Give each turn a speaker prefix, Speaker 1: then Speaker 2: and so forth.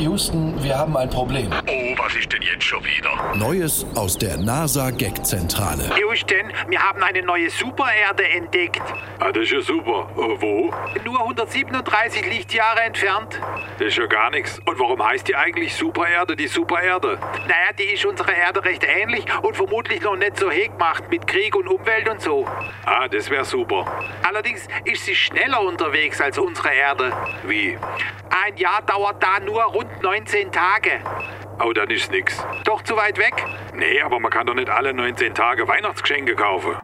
Speaker 1: Houston, wir haben ein Problem.
Speaker 2: Oh, was ist denn jetzt schon wieder?
Speaker 3: Neues aus der NASA-Gag-Zentrale.
Speaker 4: Houston, wir haben eine neue Supererde entdeckt.
Speaker 2: Ah, das ist ja super. Äh, wo?
Speaker 4: Nur 137 Lichtjahre entfernt.
Speaker 2: Das ist ja gar nichts. Und warum heißt die eigentlich Supererde die Supererde?
Speaker 4: Naja, die ist unserer Erde recht ähnlich und vermutlich noch nicht so heg gemacht mit Krieg und Umwelt und so.
Speaker 2: Ah, das wäre super.
Speaker 4: Allerdings ist sie schneller unterwegs als unsere Erde.
Speaker 2: Wie?
Speaker 4: Ein Jahr dauert da nur rund 19 Tage.
Speaker 2: Oh, dann ist nix.
Speaker 4: Doch zu weit weg?
Speaker 2: Nee, aber man kann doch nicht alle 19 Tage Weihnachtsgeschenke kaufen.